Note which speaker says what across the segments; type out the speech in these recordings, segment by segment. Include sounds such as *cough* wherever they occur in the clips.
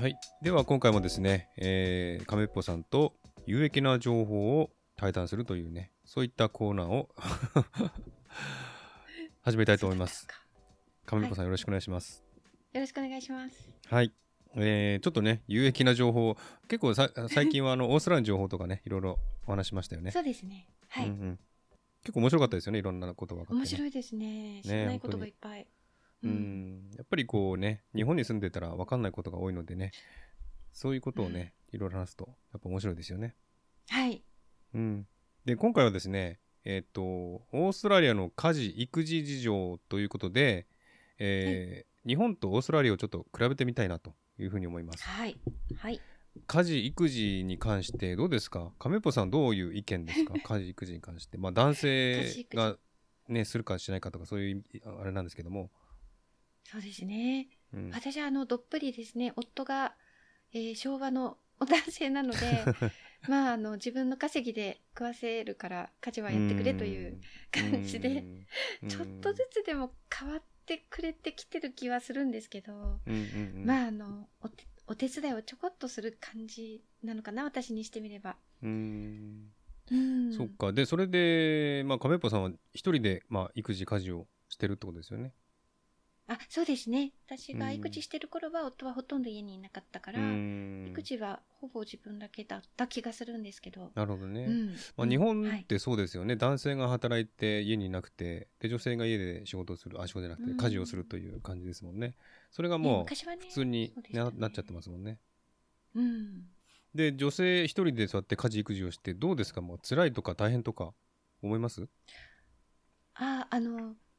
Speaker 1: はい、では今回もですね、えー、亀っぽさんと有益な情報を対談するというねそういったコーナーを *laughs* 始めたいと思います亀っぽさんよろしくお願いします
Speaker 2: よろしくお願いします。
Speaker 1: はい、えー、ちょっとね有益な情報結構さ最近はあのオーストラリアの情報とかねいろいろお話しましたよね
Speaker 2: そうですね。はい。
Speaker 1: うんうん、結構面白かったですよねいろんなこと分かって、ね、
Speaker 2: 面白いですね。知らないことがいっぱい。
Speaker 1: う。ん、やっぱりこうね、日本に住んでたら分かんないことが多いのでね、そういうことをね、いろいろ話すと、やっぱ面白いですよね。
Speaker 2: はい。
Speaker 1: うん。で、今回はですね、えっ、と、オーストラリアの家事・育児事情ということで、えー日本とオーストラリアをちょっと比べてみたいなというふうに思います。
Speaker 2: はい。はい。
Speaker 1: 家事・育児に関してどうですか亀っぽさんどういう意見です
Speaker 2: *laughs*
Speaker 1: か家事・育児に関して。まあ男
Speaker 2: 家事
Speaker 1: 性
Speaker 2: 育児
Speaker 1: がね、するかしないかとかそういうあれなんですけども。
Speaker 2: そうですね。
Speaker 1: うん、
Speaker 2: 私は、あの、どっぷりですね、夫が、えー昭和のお男性なので、
Speaker 1: *laughs*
Speaker 2: まあ、あの、自分の稼ぎで食わせるから、家事はやってくれという感じで、ちょっとずつでも変わってくれてきてる気はするんですけど、
Speaker 1: うんうんうん、
Speaker 2: まあ、あの、お手お手伝いをちょこっとする感じなのかな、私にしてみれば。
Speaker 1: うーん
Speaker 2: うん。
Speaker 1: そっかでそれで、まあ、亀っぽさんは一人で、まあ、育児家事をしてるってことですよね
Speaker 2: あそうですね私
Speaker 1: う
Speaker 2: が
Speaker 1: ん
Speaker 2: 育児してる頃は夫はほとんど家にいなかったから、
Speaker 1: うーん
Speaker 2: 育児はほぼ自分だけだった気がするんですけど、
Speaker 1: なるほどね、
Speaker 2: うん
Speaker 1: まあ、日本
Speaker 2: は
Speaker 1: っ
Speaker 2: い
Speaker 1: てそうですよね、男性が働いて家にいなくてで女性が家で仕事をするあ仕事じゃなくて
Speaker 2: うん
Speaker 1: 家事をするという感じですもんねそれが
Speaker 2: ね
Speaker 1: もう
Speaker 2: 昔は
Speaker 1: 普
Speaker 2: ね
Speaker 1: 通に
Speaker 2: そうでした
Speaker 1: な,、
Speaker 2: ね
Speaker 1: なっちゃってますもんね
Speaker 2: うん
Speaker 1: で女性一人でそうやって家事育児をしてどうですかもう辛いとか大変とか思います
Speaker 2: ああの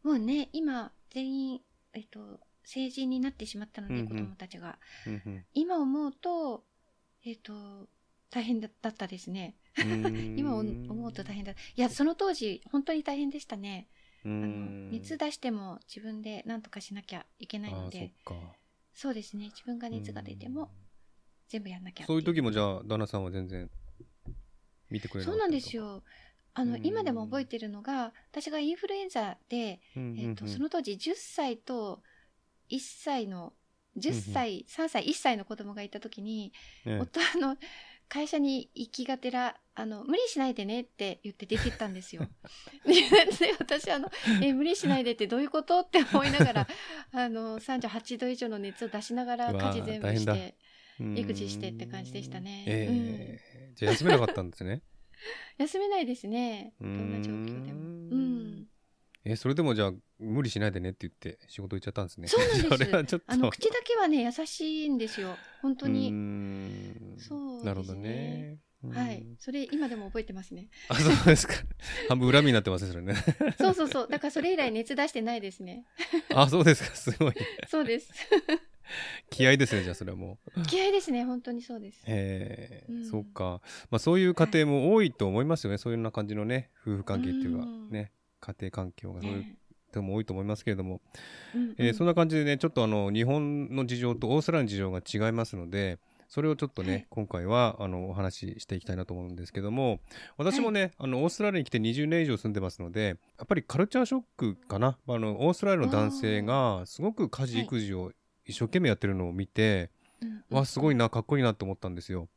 Speaker 2: もうね今全員、えっと、成人になってしまったので、
Speaker 1: うんうん
Speaker 2: 子供たちが
Speaker 1: うんうん
Speaker 2: 今思うとえっと大変だだったですね
Speaker 1: うーん
Speaker 2: *laughs* 今お思うと大変だいやその当時本当に大変でしたね
Speaker 1: うー
Speaker 2: あの
Speaker 1: ん
Speaker 2: 熱出しても自分で何とかしなきゃいけない
Speaker 1: あ
Speaker 2: の
Speaker 1: ーそ
Speaker 2: で
Speaker 1: っか
Speaker 2: そうですね自分が熱が出ても
Speaker 1: うん
Speaker 2: 全部やんなきゃって
Speaker 1: そういう時もじゃあ旦那さんは全然見てくれ
Speaker 2: そうなんですよあの、
Speaker 1: うん
Speaker 2: 今でも覚えてるのが私がインフルエンザで、
Speaker 1: え
Speaker 2: えーとその当時10歳と1歳の10歳、3歳1歳の子供がいた時に、夫はあの会社に行きがてらあの無理しないでねって言って出てったん
Speaker 1: *laughs*
Speaker 2: ですよ。で私あのえ無理しないでってどういうことって思いながら *laughs* あの38度以上の熱を出しながら
Speaker 1: うわー
Speaker 2: 家事全
Speaker 1: 大
Speaker 2: 部
Speaker 1: 変
Speaker 2: し
Speaker 1: だ
Speaker 2: て育児してって感じでしたね
Speaker 1: ええじゃあ休めなかったんですね
Speaker 2: 休めないですね
Speaker 1: ど
Speaker 2: *laughs* どんな状況でも。うん
Speaker 1: えそれでもじゃあ無理しないでねって言って仕事行っちゃったんですね
Speaker 2: そうなんです
Speaker 1: *laughs* それはちょっと
Speaker 2: あの口だけはね優しいんですよ本当
Speaker 1: うー
Speaker 2: に
Speaker 1: ん
Speaker 2: そうですね
Speaker 1: なるほどねうん
Speaker 2: はいそれ今でも覚えてますね
Speaker 1: あそうですか *laughs* 半分恨みになってますねそれね
Speaker 2: そうそうそうだからそれ以来熱出してないですね
Speaker 1: あそうですかすごい
Speaker 2: そうです
Speaker 1: *laughs* 気合ですねじゃあそれはもう
Speaker 2: 気合ですね本当にそうです
Speaker 1: えー
Speaker 2: うん
Speaker 1: そうか、まあ、そういう家庭も多いと思いますよね、そういうような感じのね夫婦関係っていうか、
Speaker 2: うん
Speaker 1: ね家庭環境がそういう
Speaker 2: ね
Speaker 1: 人も多いと思いますけれども、
Speaker 2: うん
Speaker 1: えーそん
Speaker 2: の
Speaker 1: な感じでねちょっとあの日本の事情とオーストラリアの事情が違いますのでそれをちょっとね、
Speaker 2: はい
Speaker 1: 今回はあのお話ししていきたいなと思うんですけども私もね、あのオーストラリアに来て20年以上住んでますのでやっぱりカルチャーショックかなあのオーストラリアの男性がすごく家事
Speaker 2: はい
Speaker 1: 育児を一生懸命やってるのを見て、わすごいなかっこいいなと思ったんですよ。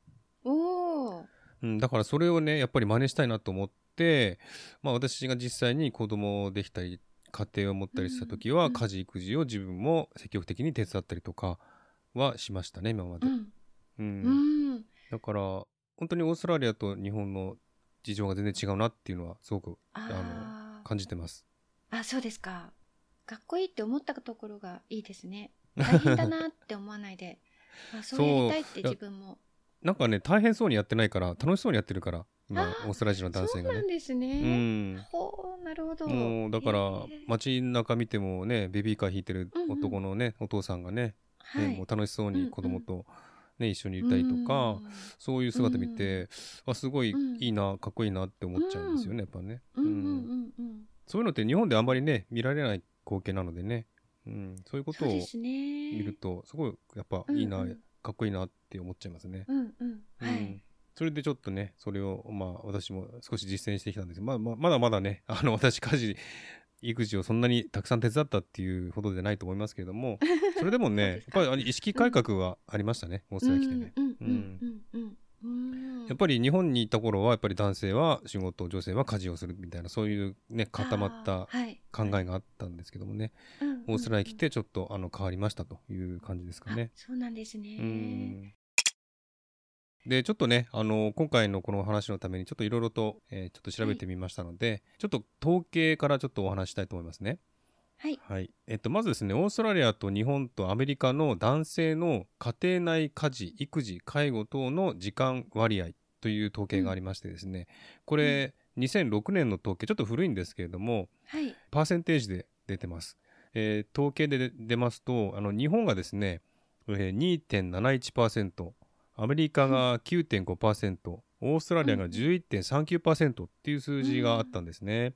Speaker 2: おお
Speaker 1: うん、だからそれをねやっぱり真似したいなと思って、まあ、私が実際に子供をできたり家庭を持ったりした時は、
Speaker 2: うんうん
Speaker 1: 家事育児を自分も積極的に手伝ったりとかはしましたね今まで、
Speaker 2: う
Speaker 1: うん
Speaker 2: んうん
Speaker 1: だから本当にオーストラリアと日本の事情が全然違うなっていうのはすごく
Speaker 2: あー
Speaker 1: 感じてます
Speaker 2: あそうですかかっこいいって思ったところがいいですね大変だなって思わな
Speaker 1: *laughs*
Speaker 2: いであそうやりたいって自分も
Speaker 1: なんかね大変そうにやってないから楽しそうにやってるから今
Speaker 2: あー
Speaker 1: オーストラリアの男
Speaker 2: そ
Speaker 1: 性
Speaker 2: う
Speaker 1: が
Speaker 2: な
Speaker 1: ね
Speaker 2: んです
Speaker 1: う
Speaker 2: ね
Speaker 1: ん
Speaker 2: ほうなるほど
Speaker 1: もうだから
Speaker 2: へー
Speaker 1: 街中見てもねベビーカー引いてる男のね、お父さんがね
Speaker 2: は
Speaker 1: ね
Speaker 2: い
Speaker 1: もう楽しそうに子供とね、一緒にいたりとか、そういう姿見て、あすごい
Speaker 2: うん
Speaker 1: いいな、かっこいいなって思っちゃうんですよね、やっぱね、
Speaker 2: うんうんう
Speaker 1: うん
Speaker 2: んうん
Speaker 1: そういうのって日本であんまりね見られない光景なのでね、うん、そういうこと
Speaker 2: そう
Speaker 1: を
Speaker 2: ですね
Speaker 1: 見るとすごいやっぱいいな、
Speaker 2: うんうん
Speaker 1: かっこいいなって思っちゃいますね。
Speaker 2: うんうん
Speaker 1: うん
Speaker 2: はい
Speaker 1: それでちょっと *laughs* ねそれをまあ私も少し実践してきたんですけどまあまあまだまだねあの私家事育児をそんなにたくさん手伝ったっていうほどでないと思いますけれど
Speaker 2: *laughs*
Speaker 1: もそれでも
Speaker 2: そう
Speaker 1: ね
Speaker 2: ですか
Speaker 1: やっぱりあの意識改革はありましたね、オーストラリア来てね。
Speaker 2: うんうんうんうんうん
Speaker 1: やっぱり日本にいた頃はやっぱり男性は仕事女性は家事をするみたいなそういうね固まった
Speaker 2: あーはい
Speaker 1: 考えがあったんですけどもね、
Speaker 2: うんうんうん
Speaker 1: オーストラリア来てちょっとあの変わりましたという感じですかね
Speaker 2: あ。そうなんですね
Speaker 1: うんでちょっとねあの今回のこの話のためにちょっといろいろと、えーちょっと調べてみましたので、ちょっと統計からちょっとお話ししたいと思いますね。
Speaker 2: はい
Speaker 1: はいえっと、まずですねオーストラリアと日本とアメリカの男性の家庭内家事育児介護等の時間割合という統計がありましてですね、これ、2006年の統計ちょっと古いんですけれども
Speaker 2: はい
Speaker 1: パーセンテージで出てます、えー統計で出出ますとあの日本がですね、えー、2.71%アメリカが9.5%、オーストラリアが11.39%っていう数字があったんですね、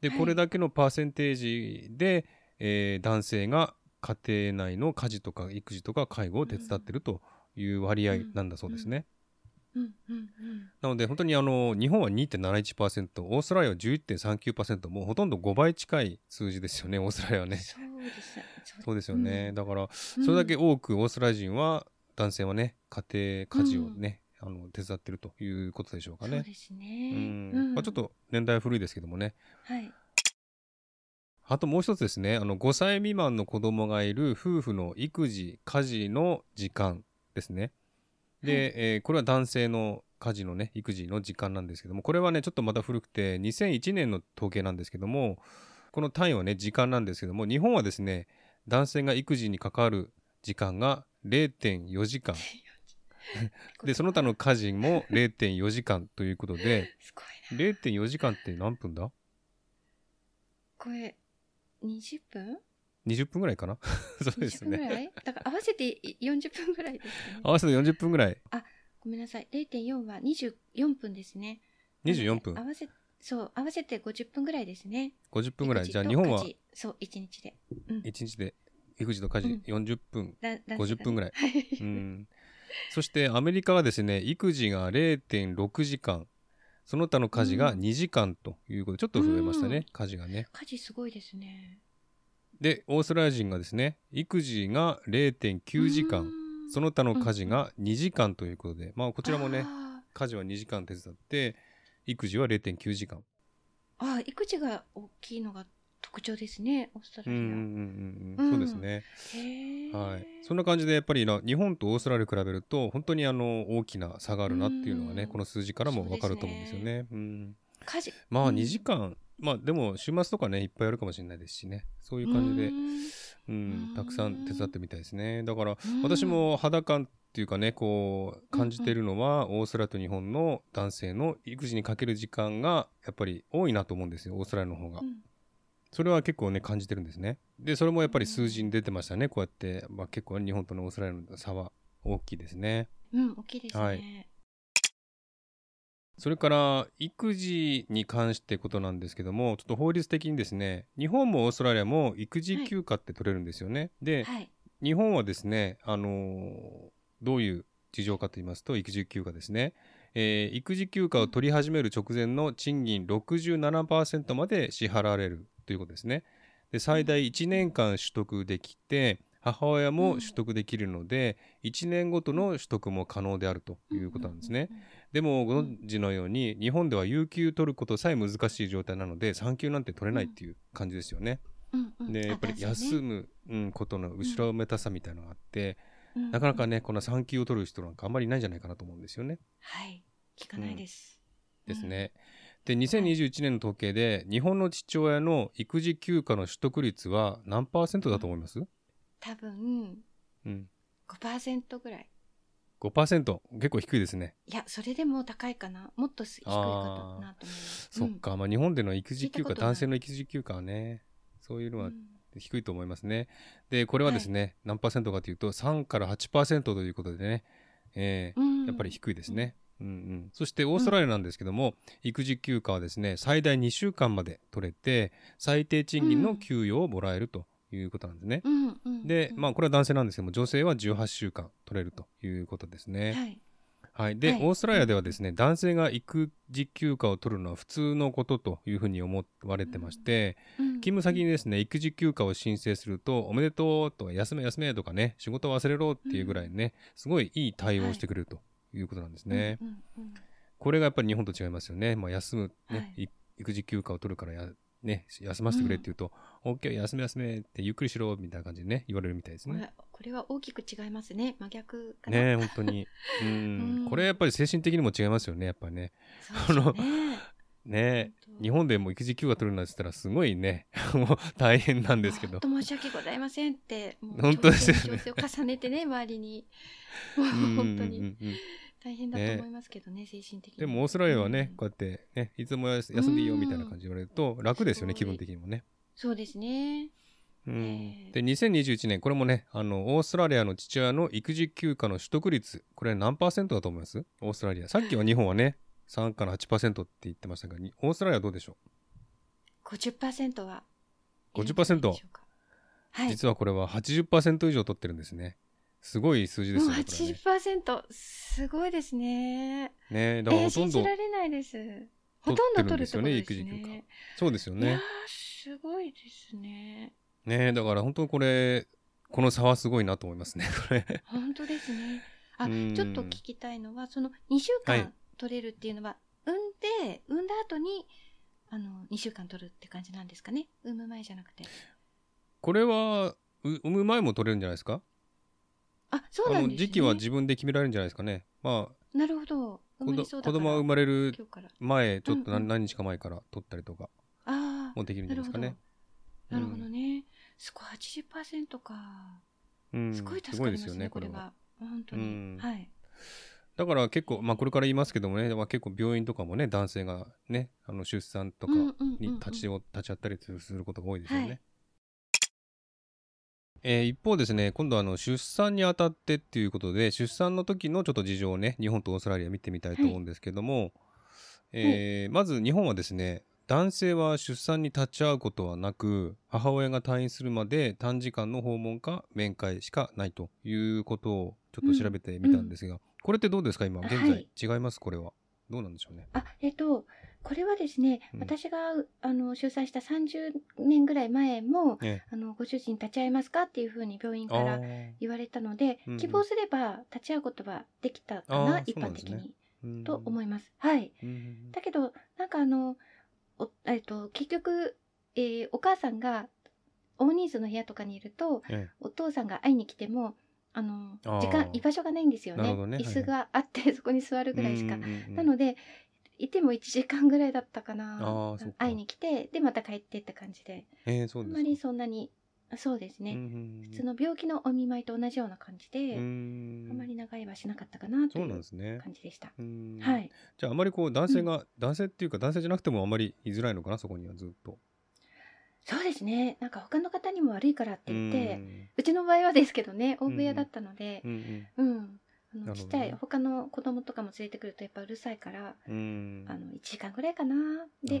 Speaker 1: で
Speaker 2: はい
Speaker 1: これだけのパーセンテージで、えー男性が家庭内の家事とか育児とか介護を手伝ってるという割合なんだそうですね。
Speaker 2: うんうんうん
Speaker 1: なので本当にあの日本は2.71%オーストラリアは11.39%もうほとんど5倍近い数字ですよねオーストラリアはね。
Speaker 2: そうですそ
Speaker 1: そうですよね、
Speaker 2: うん
Speaker 1: だから
Speaker 2: う
Speaker 1: それだけ
Speaker 2: うん
Speaker 1: 多くオーストラリア人は男性はね家庭家事をね、あの手伝ってるということでしょうか
Speaker 2: そう
Speaker 1: ね。
Speaker 2: ですね
Speaker 1: うん
Speaker 2: うん
Speaker 1: まあ、ちょっと年代は古いですけどもね
Speaker 2: はい
Speaker 1: あともう一つですね、あの5歳未満の子供がいる夫婦の育児・家事の時間ですね。で、
Speaker 2: はい
Speaker 1: えーこれは男性の家事のね、育児の時間なんですけども、これはね、ちょっとまた古くて、2001年の統計なんですけども、この単位はね、時間なんですけども、日本はですね、男性が育児に関わる時間が0.4時間。で、その他の家事も0.4時間ということ
Speaker 2: *laughs*
Speaker 1: で、
Speaker 2: すごいな
Speaker 1: 0.4時間って何分だ
Speaker 2: これ20分
Speaker 1: ?20 分ぐらいかな *laughs* そうで
Speaker 2: 20
Speaker 1: す
Speaker 2: 分ぐ
Speaker 1: ね。
Speaker 2: らいだから合わせてい40分ぐらいですよね
Speaker 1: 合わせて40分ぐらい
Speaker 2: ごめんなさい0.4は24分ですね
Speaker 1: 24分
Speaker 2: なので合わせそう合わせて50分ぐらいですね
Speaker 1: 50分ぐらい
Speaker 2: 育児
Speaker 1: じゃあ
Speaker 2: と
Speaker 1: 日本は
Speaker 2: 家事そう1日で
Speaker 1: 1日で育児と家事40分、
Speaker 2: だ男性がね
Speaker 1: 50分ぐ
Speaker 2: *laughs*
Speaker 1: らい
Speaker 2: は
Speaker 1: うんそしてアメリカはですね育児が0.6時間その他の家事が
Speaker 2: うん
Speaker 1: 2時間ということで、ちょっと増えましたね、
Speaker 2: うん
Speaker 1: 家事がね
Speaker 2: 家事すごいですね
Speaker 1: でオーストラリア人がですね育児が0.9時
Speaker 2: うー
Speaker 1: 間
Speaker 2: ん
Speaker 1: その他の家事が2時間ということで、まあこ
Speaker 2: こ
Speaker 1: ちらもね家事は2時間手伝って育児は0.9時間
Speaker 2: あーあー育児が大きいのが特徴ですねオースト
Speaker 1: う
Speaker 2: ラ
Speaker 1: ん
Speaker 2: リ
Speaker 1: うん
Speaker 2: ア、
Speaker 1: うんうんそうですね、
Speaker 2: へえ
Speaker 1: はい、そんな感じでやっぱりな日本とオーストラリア比べると本当にあの大きな差があるなっていうのがね、
Speaker 2: うん
Speaker 1: この数字からもわかると思うんですよね。うん、
Speaker 2: 家事
Speaker 1: まあ
Speaker 2: うん
Speaker 1: 2時間、まあでも週末とかねいっぱいあるかもしれないですしねそういう感じで、うんたくさん手伝ってみたいですね。だから
Speaker 2: うん
Speaker 1: 私も肌感っていうかねこう感じてるのは、オーストラリアと日本の男性の育児にかける時間がやっぱり多いなと思うんですよオーストラリアの方が
Speaker 2: う。ん
Speaker 1: それは結構ね感じてるんですねでそれもやっぱり数字に出てましたねこうやって、まあ、結構日本とのオーストラリアの差は大きいですね
Speaker 2: うん大きいですね、
Speaker 1: はいそれから育児に関してことなんですけどもちょっと法律的にですね日本もオーストラリアも育児休暇って取れるんですよね、で
Speaker 2: はい
Speaker 1: 日本はですねあのーどういう事情かと言いますと育児休暇ですねえー育児休暇を取り始める直前の賃金67%まで支払われるということですね。で最大1年間取得できて母親も取得できるので、1年ごとの取得も可能であるということなんですね。でもご存知のように日本では有給取ることさえ難しい状態なので産休なんて取れないっていう感じですよね。
Speaker 2: うんうんうんうん
Speaker 1: でやっぱり
Speaker 2: あ男性
Speaker 1: 休
Speaker 2: ね
Speaker 1: むうんことの後ろめたさみたいなのがあって、
Speaker 2: うん
Speaker 1: なかなかねこの産休を取る人なんかあんまりいないんじゃないかなと思うんですよね。
Speaker 2: はい聞かないです、
Speaker 1: ですね。で2021年の統計で日本の父親の育児休暇の取得率は何パーセントだと思います、
Speaker 2: 多分
Speaker 1: うん、
Speaker 2: 5%ぐらい
Speaker 1: 5%結構低いですね。
Speaker 2: いやそれでも高いかなもっとす低いかなと思います
Speaker 1: そっか、まあ日本での育児休
Speaker 2: 聞いたこ
Speaker 1: 暇
Speaker 2: とない
Speaker 1: 男性の育児休暇はねそういう
Speaker 2: う
Speaker 1: のは
Speaker 2: ん
Speaker 1: 低いと思いますね。でこれはですね、何パーセントかというと3から8%ということでね、えー
Speaker 2: うん
Speaker 1: やっぱり低いですね。うんうん、そしてオーストラリアなんですけども、育児休暇はですね最大2週間まで取れて最低賃金の給与をもらえるということなんですね。
Speaker 2: うんうん
Speaker 1: で、ま
Speaker 2: あ
Speaker 1: あ、これは男性なんですけども女性は18週間取れるということですね。
Speaker 2: はい
Speaker 1: はい、で、
Speaker 2: はい
Speaker 1: オーストラリアではですね、男性が育児休暇を取るのは普通のことというふうに思われてまして、
Speaker 2: うん
Speaker 1: 勤務先にですね育児休暇を申請すると「おめでとう」とか「休め休め」とかね仕事忘れろっていうぐらいね、すごいいい対応をしてくれるということなんですね。
Speaker 2: うんうんうん
Speaker 1: これがやっぱり日本と違いますよね。まあ、休む、ね
Speaker 2: はい
Speaker 1: い育児休暇を取るからや、ね、休ませてくれって言うと、OK、休め休めってゆっくりしろみたいな感じでね、言われるみたいです
Speaker 2: こ
Speaker 1: ね。
Speaker 2: れこれは大きく違いますね真逆かな、
Speaker 1: ねえ本当に。うん
Speaker 2: *laughs* うん
Speaker 1: これやっぱり精神的にも違いますよね、やっぱりね。
Speaker 2: そうですよね
Speaker 1: ねえ
Speaker 2: 本当
Speaker 1: 日本でも育児休暇取るなんて言ったらすごいね、 *laughs* もう大変なんですけど。
Speaker 2: 本当申し訳ございませんって、もう
Speaker 1: 本当ですよね
Speaker 2: 調整調整を重ねてね、周り
Speaker 1: *laughs*
Speaker 2: に。もう *laughs* 本当
Speaker 1: うんう
Speaker 2: に
Speaker 1: んうんうん
Speaker 2: 大変だと思いますけどね、精神的に。
Speaker 1: でもオーストラリアはね、
Speaker 2: うん
Speaker 1: こうやってね、いつもやす休んでいいよみたいな感じで言われると楽ですよね、
Speaker 2: す
Speaker 1: 気
Speaker 2: ごい
Speaker 1: 分的にもね。
Speaker 2: そうですね。
Speaker 1: うん
Speaker 2: えー
Speaker 1: で2021年これもねあのオーストラリアの父親の育児休暇の取得率これ何パーセントだと思いますオーストラリアさっきは日本はね3から8%って言ってましたがにオーストラリアはどうでしょ
Speaker 2: 50%は。
Speaker 1: 50%
Speaker 2: いるんじゃないでしょうかは
Speaker 1: う、
Speaker 2: い。
Speaker 1: 実はこれは80%以上取ってるんですねすごい数字です
Speaker 2: もう
Speaker 1: よねこれね
Speaker 2: 80%、すごいですね。
Speaker 1: ねだ
Speaker 2: え
Speaker 1: からほ
Speaker 2: ー
Speaker 1: と
Speaker 2: 信
Speaker 1: んど、
Speaker 2: じられないです。ほとんど取るってことです
Speaker 1: 取ってるんですよね育児休暇
Speaker 2: ね。
Speaker 1: そうですよ
Speaker 2: いやー
Speaker 1: ね、
Speaker 2: すごいですね。
Speaker 1: ねだから本当にこれこの差はすごいなと思いますね *laughs* これ
Speaker 2: 本当ですね。あ、
Speaker 1: うん
Speaker 2: ちょっと聞きたいのは、その2週
Speaker 1: はい
Speaker 2: 間取れるっていうのは、産んで、産んだ後に、あの、2週間取るって感じなんですかね。産む前じゃなくて。
Speaker 1: これはう産む前も取れるんじゃないですか
Speaker 2: あ、そう
Speaker 1: あ
Speaker 2: なん
Speaker 1: の
Speaker 2: ですね。
Speaker 1: 時期は自分で決められるんじゃないですかねまあ
Speaker 2: なるほど。生
Speaker 1: 子
Speaker 2: ま
Speaker 1: ど
Speaker 2: れそうだ
Speaker 1: 子
Speaker 2: から。
Speaker 1: 供が生まれる
Speaker 2: 今日から。
Speaker 1: 前ちょっと何,、
Speaker 2: うんうん
Speaker 1: 何日か前から取ったりとか
Speaker 2: ああ、
Speaker 1: もできるんじ
Speaker 2: な
Speaker 1: ゃないで
Speaker 2: るほ
Speaker 1: すか
Speaker 2: ど。
Speaker 1: ね。
Speaker 2: なるほどね。すごい、80%か。
Speaker 1: うん
Speaker 2: すごい助
Speaker 1: す
Speaker 2: か
Speaker 1: ご
Speaker 2: り
Speaker 1: い
Speaker 2: ま
Speaker 1: ですすよ
Speaker 2: ね、
Speaker 1: ね
Speaker 2: こ
Speaker 1: こ
Speaker 2: れ
Speaker 1: れは。
Speaker 2: は。本当
Speaker 1: うん
Speaker 2: に。はい。
Speaker 1: だから結構、まあ、これから言いますけどもね、まあ、結構病院とかもね男性がねあの出産とか
Speaker 2: うんうんうんうん
Speaker 1: に立ち,、立ち会ったりすることが多いですよね。
Speaker 2: はい
Speaker 1: えー一方ですね今度はあの出産にあたってっていうことで出産の時のちょっと事情をね日本とオーストラリア見てみたいと思うんですけども、えーまず日本はですね男性は出産に立ち会うことはなく母親が退院するまで短時間の訪問か面会しかないということをちょっと調べてみたんですが、これってどうですか今現在、
Speaker 2: はい
Speaker 1: 違いますこれはどうなんでしょうね
Speaker 2: あ、えっと、これはですね、
Speaker 1: うん
Speaker 2: 私があの出産した30年ぐらい前も、
Speaker 1: え
Speaker 2: あのご主人立ち会えますかっていうふうに病院
Speaker 1: あ
Speaker 2: から言われたので、
Speaker 1: うんうん
Speaker 2: 希望すれば立ち会うことはできたか
Speaker 1: あ
Speaker 2: な
Speaker 1: ー
Speaker 2: 一
Speaker 1: そうな
Speaker 2: 般
Speaker 1: んです
Speaker 2: 的
Speaker 1: ね
Speaker 2: に、
Speaker 1: ー
Speaker 2: と思
Speaker 1: い
Speaker 2: います。はい。
Speaker 1: うん
Speaker 2: だけどなんかあのおえっと結局、えーお母さんが大人数の部屋とかにいると
Speaker 1: え
Speaker 2: お父さんが会いに来てもあの
Speaker 1: あー
Speaker 2: 時間居場所がないんですよ
Speaker 1: なる
Speaker 2: ね
Speaker 1: ほどね
Speaker 2: 椅子があって、そこに座る
Speaker 1: え
Speaker 2: ぐらいしか
Speaker 1: うんうんうん
Speaker 2: なので、いても1時間ぐらいだったかな。
Speaker 1: あーそっか
Speaker 2: 会いに来て、で、また帰ってって感じで。
Speaker 1: えーそ
Speaker 2: あ
Speaker 1: うんです
Speaker 2: まりそんなに、そうですね。
Speaker 1: 普
Speaker 2: 普通の病気のお見舞いと同じような感じで、あんまり長いはしなかったかなと
Speaker 1: そ
Speaker 2: いう
Speaker 1: なん
Speaker 2: う
Speaker 1: ですね
Speaker 2: 感じでした。
Speaker 1: うん
Speaker 2: はい。
Speaker 1: じゃああまりこう男性が、男性っていうか男性じゃなくてもあまり居づらいのかなそこにはずっと。
Speaker 2: そうですね。なんか他の方にも悪いからって言って、う
Speaker 1: うん
Speaker 2: ちの場合はですけどね、大部屋だったので、
Speaker 1: うん
Speaker 2: うん。あ
Speaker 1: なる
Speaker 2: のち
Speaker 1: ほ
Speaker 2: っ
Speaker 1: ど
Speaker 2: ち
Speaker 1: ね
Speaker 2: ゃい他の子供とかも連れてくるとやっぱうるさいから、
Speaker 1: うんうん
Speaker 2: あの1時間ぐらいかなで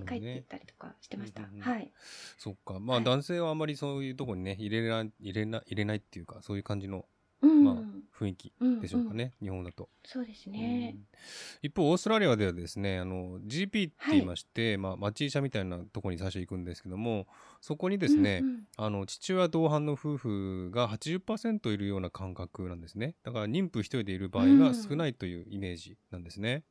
Speaker 1: なるほどね
Speaker 2: 帰って行ったりとかしてました、
Speaker 1: うんうんうん
Speaker 2: はい
Speaker 1: そっかまあ
Speaker 2: はい
Speaker 1: 男性はあまりそういうとこにね入れら入れな入れないっていうかそういう感じの
Speaker 2: うん、
Speaker 1: まあ雰囲気
Speaker 2: うん
Speaker 1: でしょうか
Speaker 2: ん
Speaker 1: ね、日本だと。
Speaker 2: そうですね
Speaker 1: う。ん一方オーストラリアではですねあの GP って言いまして、まあ、町医者みたいなとこに最初行くんですけどもそこにですね、
Speaker 2: うんうん
Speaker 1: あの父親同伴の夫婦が80%いるような感覚なんですねだから妊婦一人でいる場合が少ないというイメージなんですね。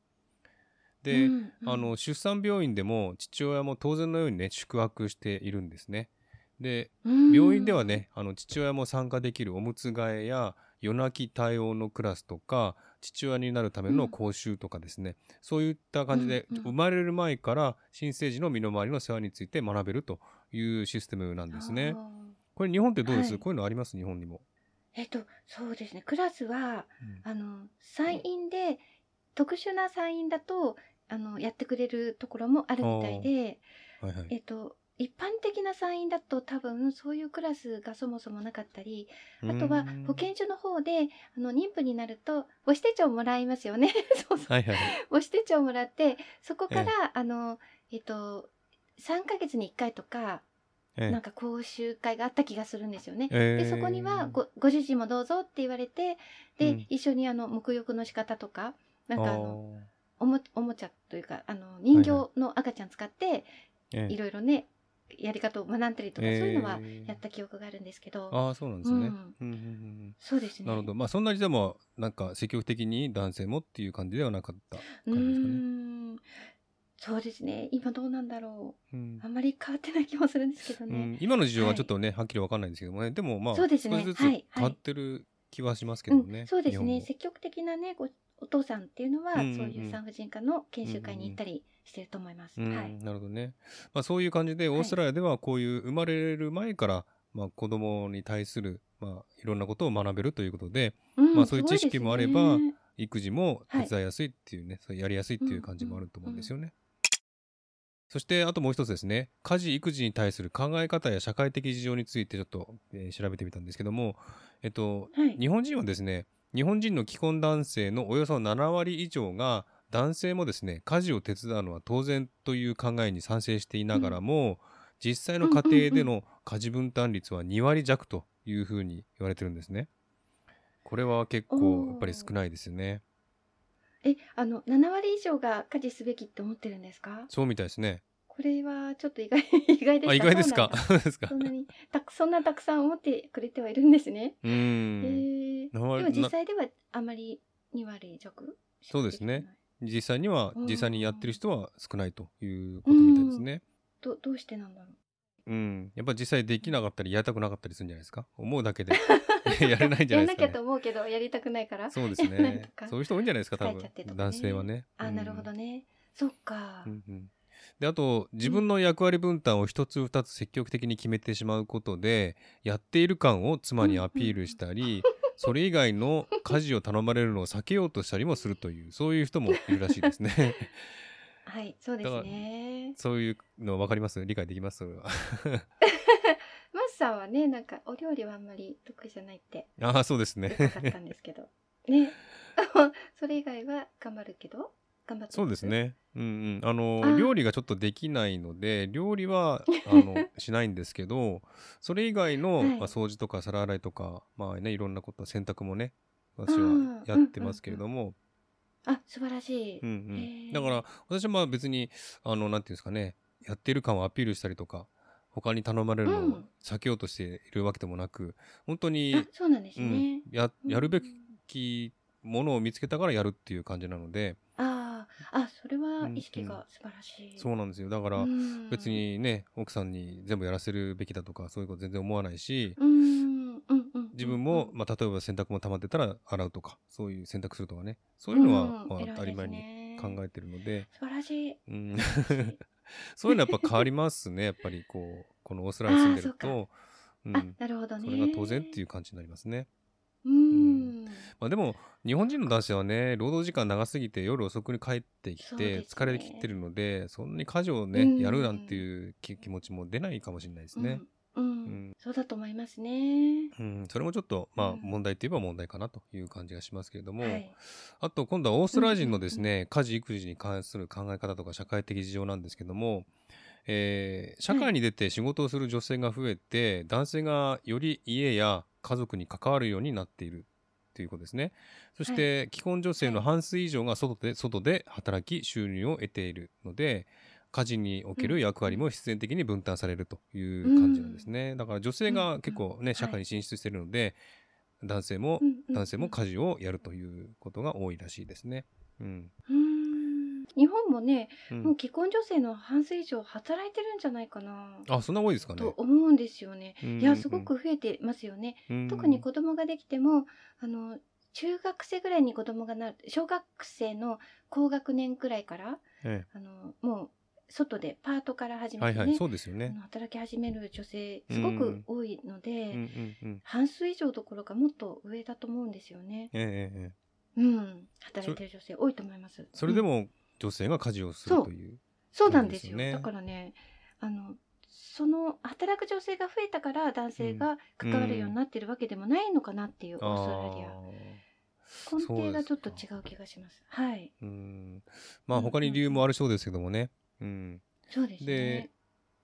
Speaker 1: で、
Speaker 2: うんうん
Speaker 1: あの出産病院でも父親も当然のようにね宿泊しているんですね。で
Speaker 2: うん
Speaker 1: 病院ではね、あの父親も参加できるおむつ替えや夜泣き対応のクラスとか父親になるための講習とかですね、そういった感じで、
Speaker 2: うんうん
Speaker 1: 生まれる前から新生児の身の回りの世話について学べるというシステムなんですね
Speaker 2: あ。ー
Speaker 1: これ日本ってどうです、
Speaker 2: はい
Speaker 1: こういうのあります日本にも。
Speaker 2: えっとそうですねクラスはあの産院で、特殊な産院だとあのやってくれるところもあるみたいで
Speaker 1: はいはい
Speaker 2: えっと一般的な産院だと多分そういうクラスがそもそもなかったりあとは保
Speaker 1: う
Speaker 2: 健所の方であの妊婦になると母子手帳もらいますよね *laughs* そうそうん
Speaker 1: はいはい
Speaker 2: 母子手帳もらってそこから、
Speaker 1: え
Speaker 2: あのえっと3ヶ月に1回とか
Speaker 1: ええ
Speaker 2: なんか講習会があった気がするんですよね。
Speaker 1: え
Speaker 2: で
Speaker 1: え
Speaker 2: そこにはごご主人もどうぞって言われてで、
Speaker 1: うん
Speaker 2: 一緒にあの沐浴の仕方とかなんかあの
Speaker 1: あー
Speaker 2: おもおもちゃというかあの人形の赤ちゃん使って
Speaker 1: ええ
Speaker 2: いろいろねやり方を学んだりとか、そういうのは
Speaker 1: えー
Speaker 2: やった記憶があるんですけど、
Speaker 1: ああそうなんですね、
Speaker 2: う
Speaker 1: うんんうんうん
Speaker 2: そうです
Speaker 1: うん
Speaker 2: ね
Speaker 1: なるほどまあそんなにでもなんか積極的に男性もっていう感じではなかった
Speaker 2: う
Speaker 1: 感じですかね
Speaker 2: んそうですね今どうなんだろ
Speaker 1: うん
Speaker 2: うあんまり変わってない気もするんですけど
Speaker 1: う
Speaker 2: ね、
Speaker 1: ん、今の事情はちょっとね、はっきりわかんないんですけどもねでもまあ
Speaker 2: そうですね
Speaker 1: 少しずつ
Speaker 2: はいはい
Speaker 1: 変わってる気はしますけ
Speaker 2: う
Speaker 1: ど
Speaker 2: ん
Speaker 1: もね、
Speaker 2: そうです
Speaker 1: 日本
Speaker 2: ね
Speaker 1: も
Speaker 2: 積極的なねごお父さんっていうのは、
Speaker 1: うんうんうん
Speaker 2: そういう産婦人科の研修会に行ったりしてると思います、
Speaker 1: うん
Speaker 2: はい、
Speaker 1: なるほどね、まあ、そういう感じでオーストラリアではこういう生まれる前から、まあ、子供に対する、まあ、いろんなことを学べるということで
Speaker 2: うん
Speaker 1: まあそういう
Speaker 2: すごで
Speaker 1: 知
Speaker 2: す
Speaker 1: 識もあれば
Speaker 2: ね
Speaker 1: 育児も
Speaker 2: はい
Speaker 1: 手伝いやすいっていうね、そうやりやすいっていう感じもあると思うんですよね。そしてあともう一つですね家事育児に対する考え方や社会的事情についてちょっと、えー調べてみたんですけども、えっと、
Speaker 2: はい
Speaker 1: *laughs* 日本人はですね日本人の既婚男性のおよそ7割以上が男性もですね家事を手伝うのは当然という考えに賛成していながらも、実際の家庭での家事分担率は2割弱というふうに言われてるんですね。これは結構やっぱり少ないですよね。
Speaker 2: えあの7割以上が家事すべきって思ってるんですか
Speaker 1: そうみたいですね。
Speaker 2: これはちょっと意外 *laughs* 意外で
Speaker 1: あ
Speaker 2: す
Speaker 1: 意外ですか
Speaker 2: そうなんだ。
Speaker 1: そうですか。
Speaker 2: そんなにたく *laughs* そんなたくさん思ってくれてはいるんですね。
Speaker 1: う
Speaker 2: え
Speaker 1: ん。
Speaker 2: ー、で
Speaker 1: 7割
Speaker 2: も実際ではあまり2割弱
Speaker 1: そうですね。実際には
Speaker 2: うん
Speaker 1: 実際にやってる人は少ないということみたいですね。
Speaker 2: どどうしてなんだろう
Speaker 1: うん、やっぱ実際できなかったりやりたくなかったりするんじゃないですか思うだ
Speaker 2: *laughs*
Speaker 1: けでやれ *laughs* ないんじゃないですか、
Speaker 2: やんなきゃ
Speaker 1: ね
Speaker 2: と、思うけどやりたくないから。
Speaker 1: そうです
Speaker 2: やらない
Speaker 1: ね
Speaker 2: とか
Speaker 1: そういう人多いんじゃないですか多
Speaker 2: 疲れちゃ
Speaker 1: 分
Speaker 2: ってとかね
Speaker 1: 男性はね
Speaker 2: あなるほど
Speaker 1: ね、
Speaker 2: ね。そっか。
Speaker 1: うんうんであと自分の役割分担を一つ二つ積極的に決めてしまうことでやっている感を妻にアピールしたり、それ以外の家事を頼まれるのを避けようとしたりもするというそういう人もいるらしいですね *laughs*
Speaker 2: はいそうですね。
Speaker 1: そういうの分かります理解できますそれは
Speaker 2: マスさんはねなんかお料理はあんまり得意じゃないって
Speaker 1: ああそうです
Speaker 2: 分かっ
Speaker 1: ね
Speaker 2: たんですけど。 *laughs* ね。あのそれ以外は頑張るけど頑張ってます
Speaker 1: そうです。ね。うんうん。あの
Speaker 2: あー
Speaker 1: 料理がちょっとできないの
Speaker 2: *laughs*
Speaker 1: で、料理はあのしないんですけど、それ以外の、
Speaker 2: はい
Speaker 1: まあ、掃除とか皿洗いとか、まあねいろんなこと洗濯もね、私
Speaker 2: うん
Speaker 1: はやってますけれども、
Speaker 2: あ素晴らしい。
Speaker 1: うん
Speaker 2: へ
Speaker 1: うん。
Speaker 2: ー
Speaker 1: だから私はまあ別にあのなんていうんですかね、やってる感をアピールしたりとか、他に頼まれるの
Speaker 2: う
Speaker 1: を
Speaker 2: ん
Speaker 1: 避けようとしているわけでもなく、本当
Speaker 2: あ
Speaker 1: に、
Speaker 2: そうなんです
Speaker 1: う
Speaker 2: ね
Speaker 1: ん。、ややるべ
Speaker 2: うん
Speaker 1: きものを見つけたからやるっていう感じなので、
Speaker 2: あああそれは
Speaker 1: うん
Speaker 2: 意識が素晴らしい。
Speaker 1: そうなんですよ。だから。
Speaker 2: うん
Speaker 1: 別。にね奥さんに全部やらせるべきだとかそういうこと全然思わないし
Speaker 2: うんうんうんうん。
Speaker 1: 自分も、まあ、例えば洗濯も溜まってたら洗うとかそういう洗濯するとかねそういうのは、まあ、当たり前に考
Speaker 2: え。
Speaker 1: えてるので、
Speaker 2: 素晴らし
Speaker 1: *laughs*
Speaker 2: い。
Speaker 1: うん
Speaker 2: 素晴らしい
Speaker 1: *laughs* そういうのはやっぱ変わりますねやっぱりこうこのオーストラリアに住んでる
Speaker 2: あー
Speaker 1: とう、
Speaker 2: あ
Speaker 1: ん、
Speaker 2: なるほどね。。
Speaker 1: それが当然っていうう感じになりますね。
Speaker 2: うん。
Speaker 1: まあ、でも日本人の男性はね労働時間長すぎて夜遅くに帰ってき
Speaker 2: そう
Speaker 1: て
Speaker 2: ですね
Speaker 1: 疲れてきてるのでそんなに家事をね、
Speaker 2: うん
Speaker 1: やるなんていう気気持ちも出ないかもしれないですね。
Speaker 2: うん。う
Speaker 1: うんん。
Speaker 2: そうだと思いますね。
Speaker 1: うん、それもちょっと、まあ
Speaker 2: う、ん
Speaker 1: 問題といえば問題かなという感じがしますけれども、
Speaker 2: はい。
Speaker 1: あと今度はオーストラリア人のですね、家事育児に関する考え方とか社会的事情なんですけども、えー社会に出て仕事をする女性が増えて、男性がより家や家族に関わるようになっているということですねそして、既婚女性の半数以上が外で外で働き収入を得ているので家事における役割も必然的に分担されるという感じなんですね、だから女性が結構ね、
Speaker 2: い
Speaker 1: 社会に進出しているので男性も
Speaker 2: うんうん
Speaker 1: 男性も家事をやるということが多いらしいですね。うん。
Speaker 2: うん。日本もね、
Speaker 1: うん
Speaker 2: もう既婚女性の半数以上働いてるんじゃないかな。
Speaker 1: あ、そんな多いですかね。
Speaker 2: と思うんですよね。
Speaker 1: い
Speaker 2: いや、すご、く増えてますよね。
Speaker 1: うん
Speaker 2: 特に子供ができてもあの中学生ぐらいに子供がなる小学生の高学年くらいから
Speaker 1: え
Speaker 2: あのもう外でパートから始
Speaker 1: え
Speaker 2: め
Speaker 1: は
Speaker 2: て、
Speaker 1: い
Speaker 2: ね
Speaker 1: はい、そうですよ
Speaker 2: あ
Speaker 1: ね。
Speaker 2: の働き始める女性すごく多いので、
Speaker 1: うんうんうん。
Speaker 2: 半数以上どころかもっと上だと思うんですよね。
Speaker 1: ええええええ
Speaker 2: うん、働いてる女性多いと思います。
Speaker 1: それで
Speaker 2: うん
Speaker 1: も女性が家事をする
Speaker 2: そう
Speaker 1: という。
Speaker 2: そうなんですよ。
Speaker 1: そうですよね
Speaker 2: だからね、あのその働く女性が増えたから男性が関わるようになってるわけでもないのかなっていう、オーストラリア。根底がちょっと違う気がします。はい、
Speaker 1: あーうん。まあ他に理由もあるそうですけどもね。うん。
Speaker 2: そうですね
Speaker 1: で。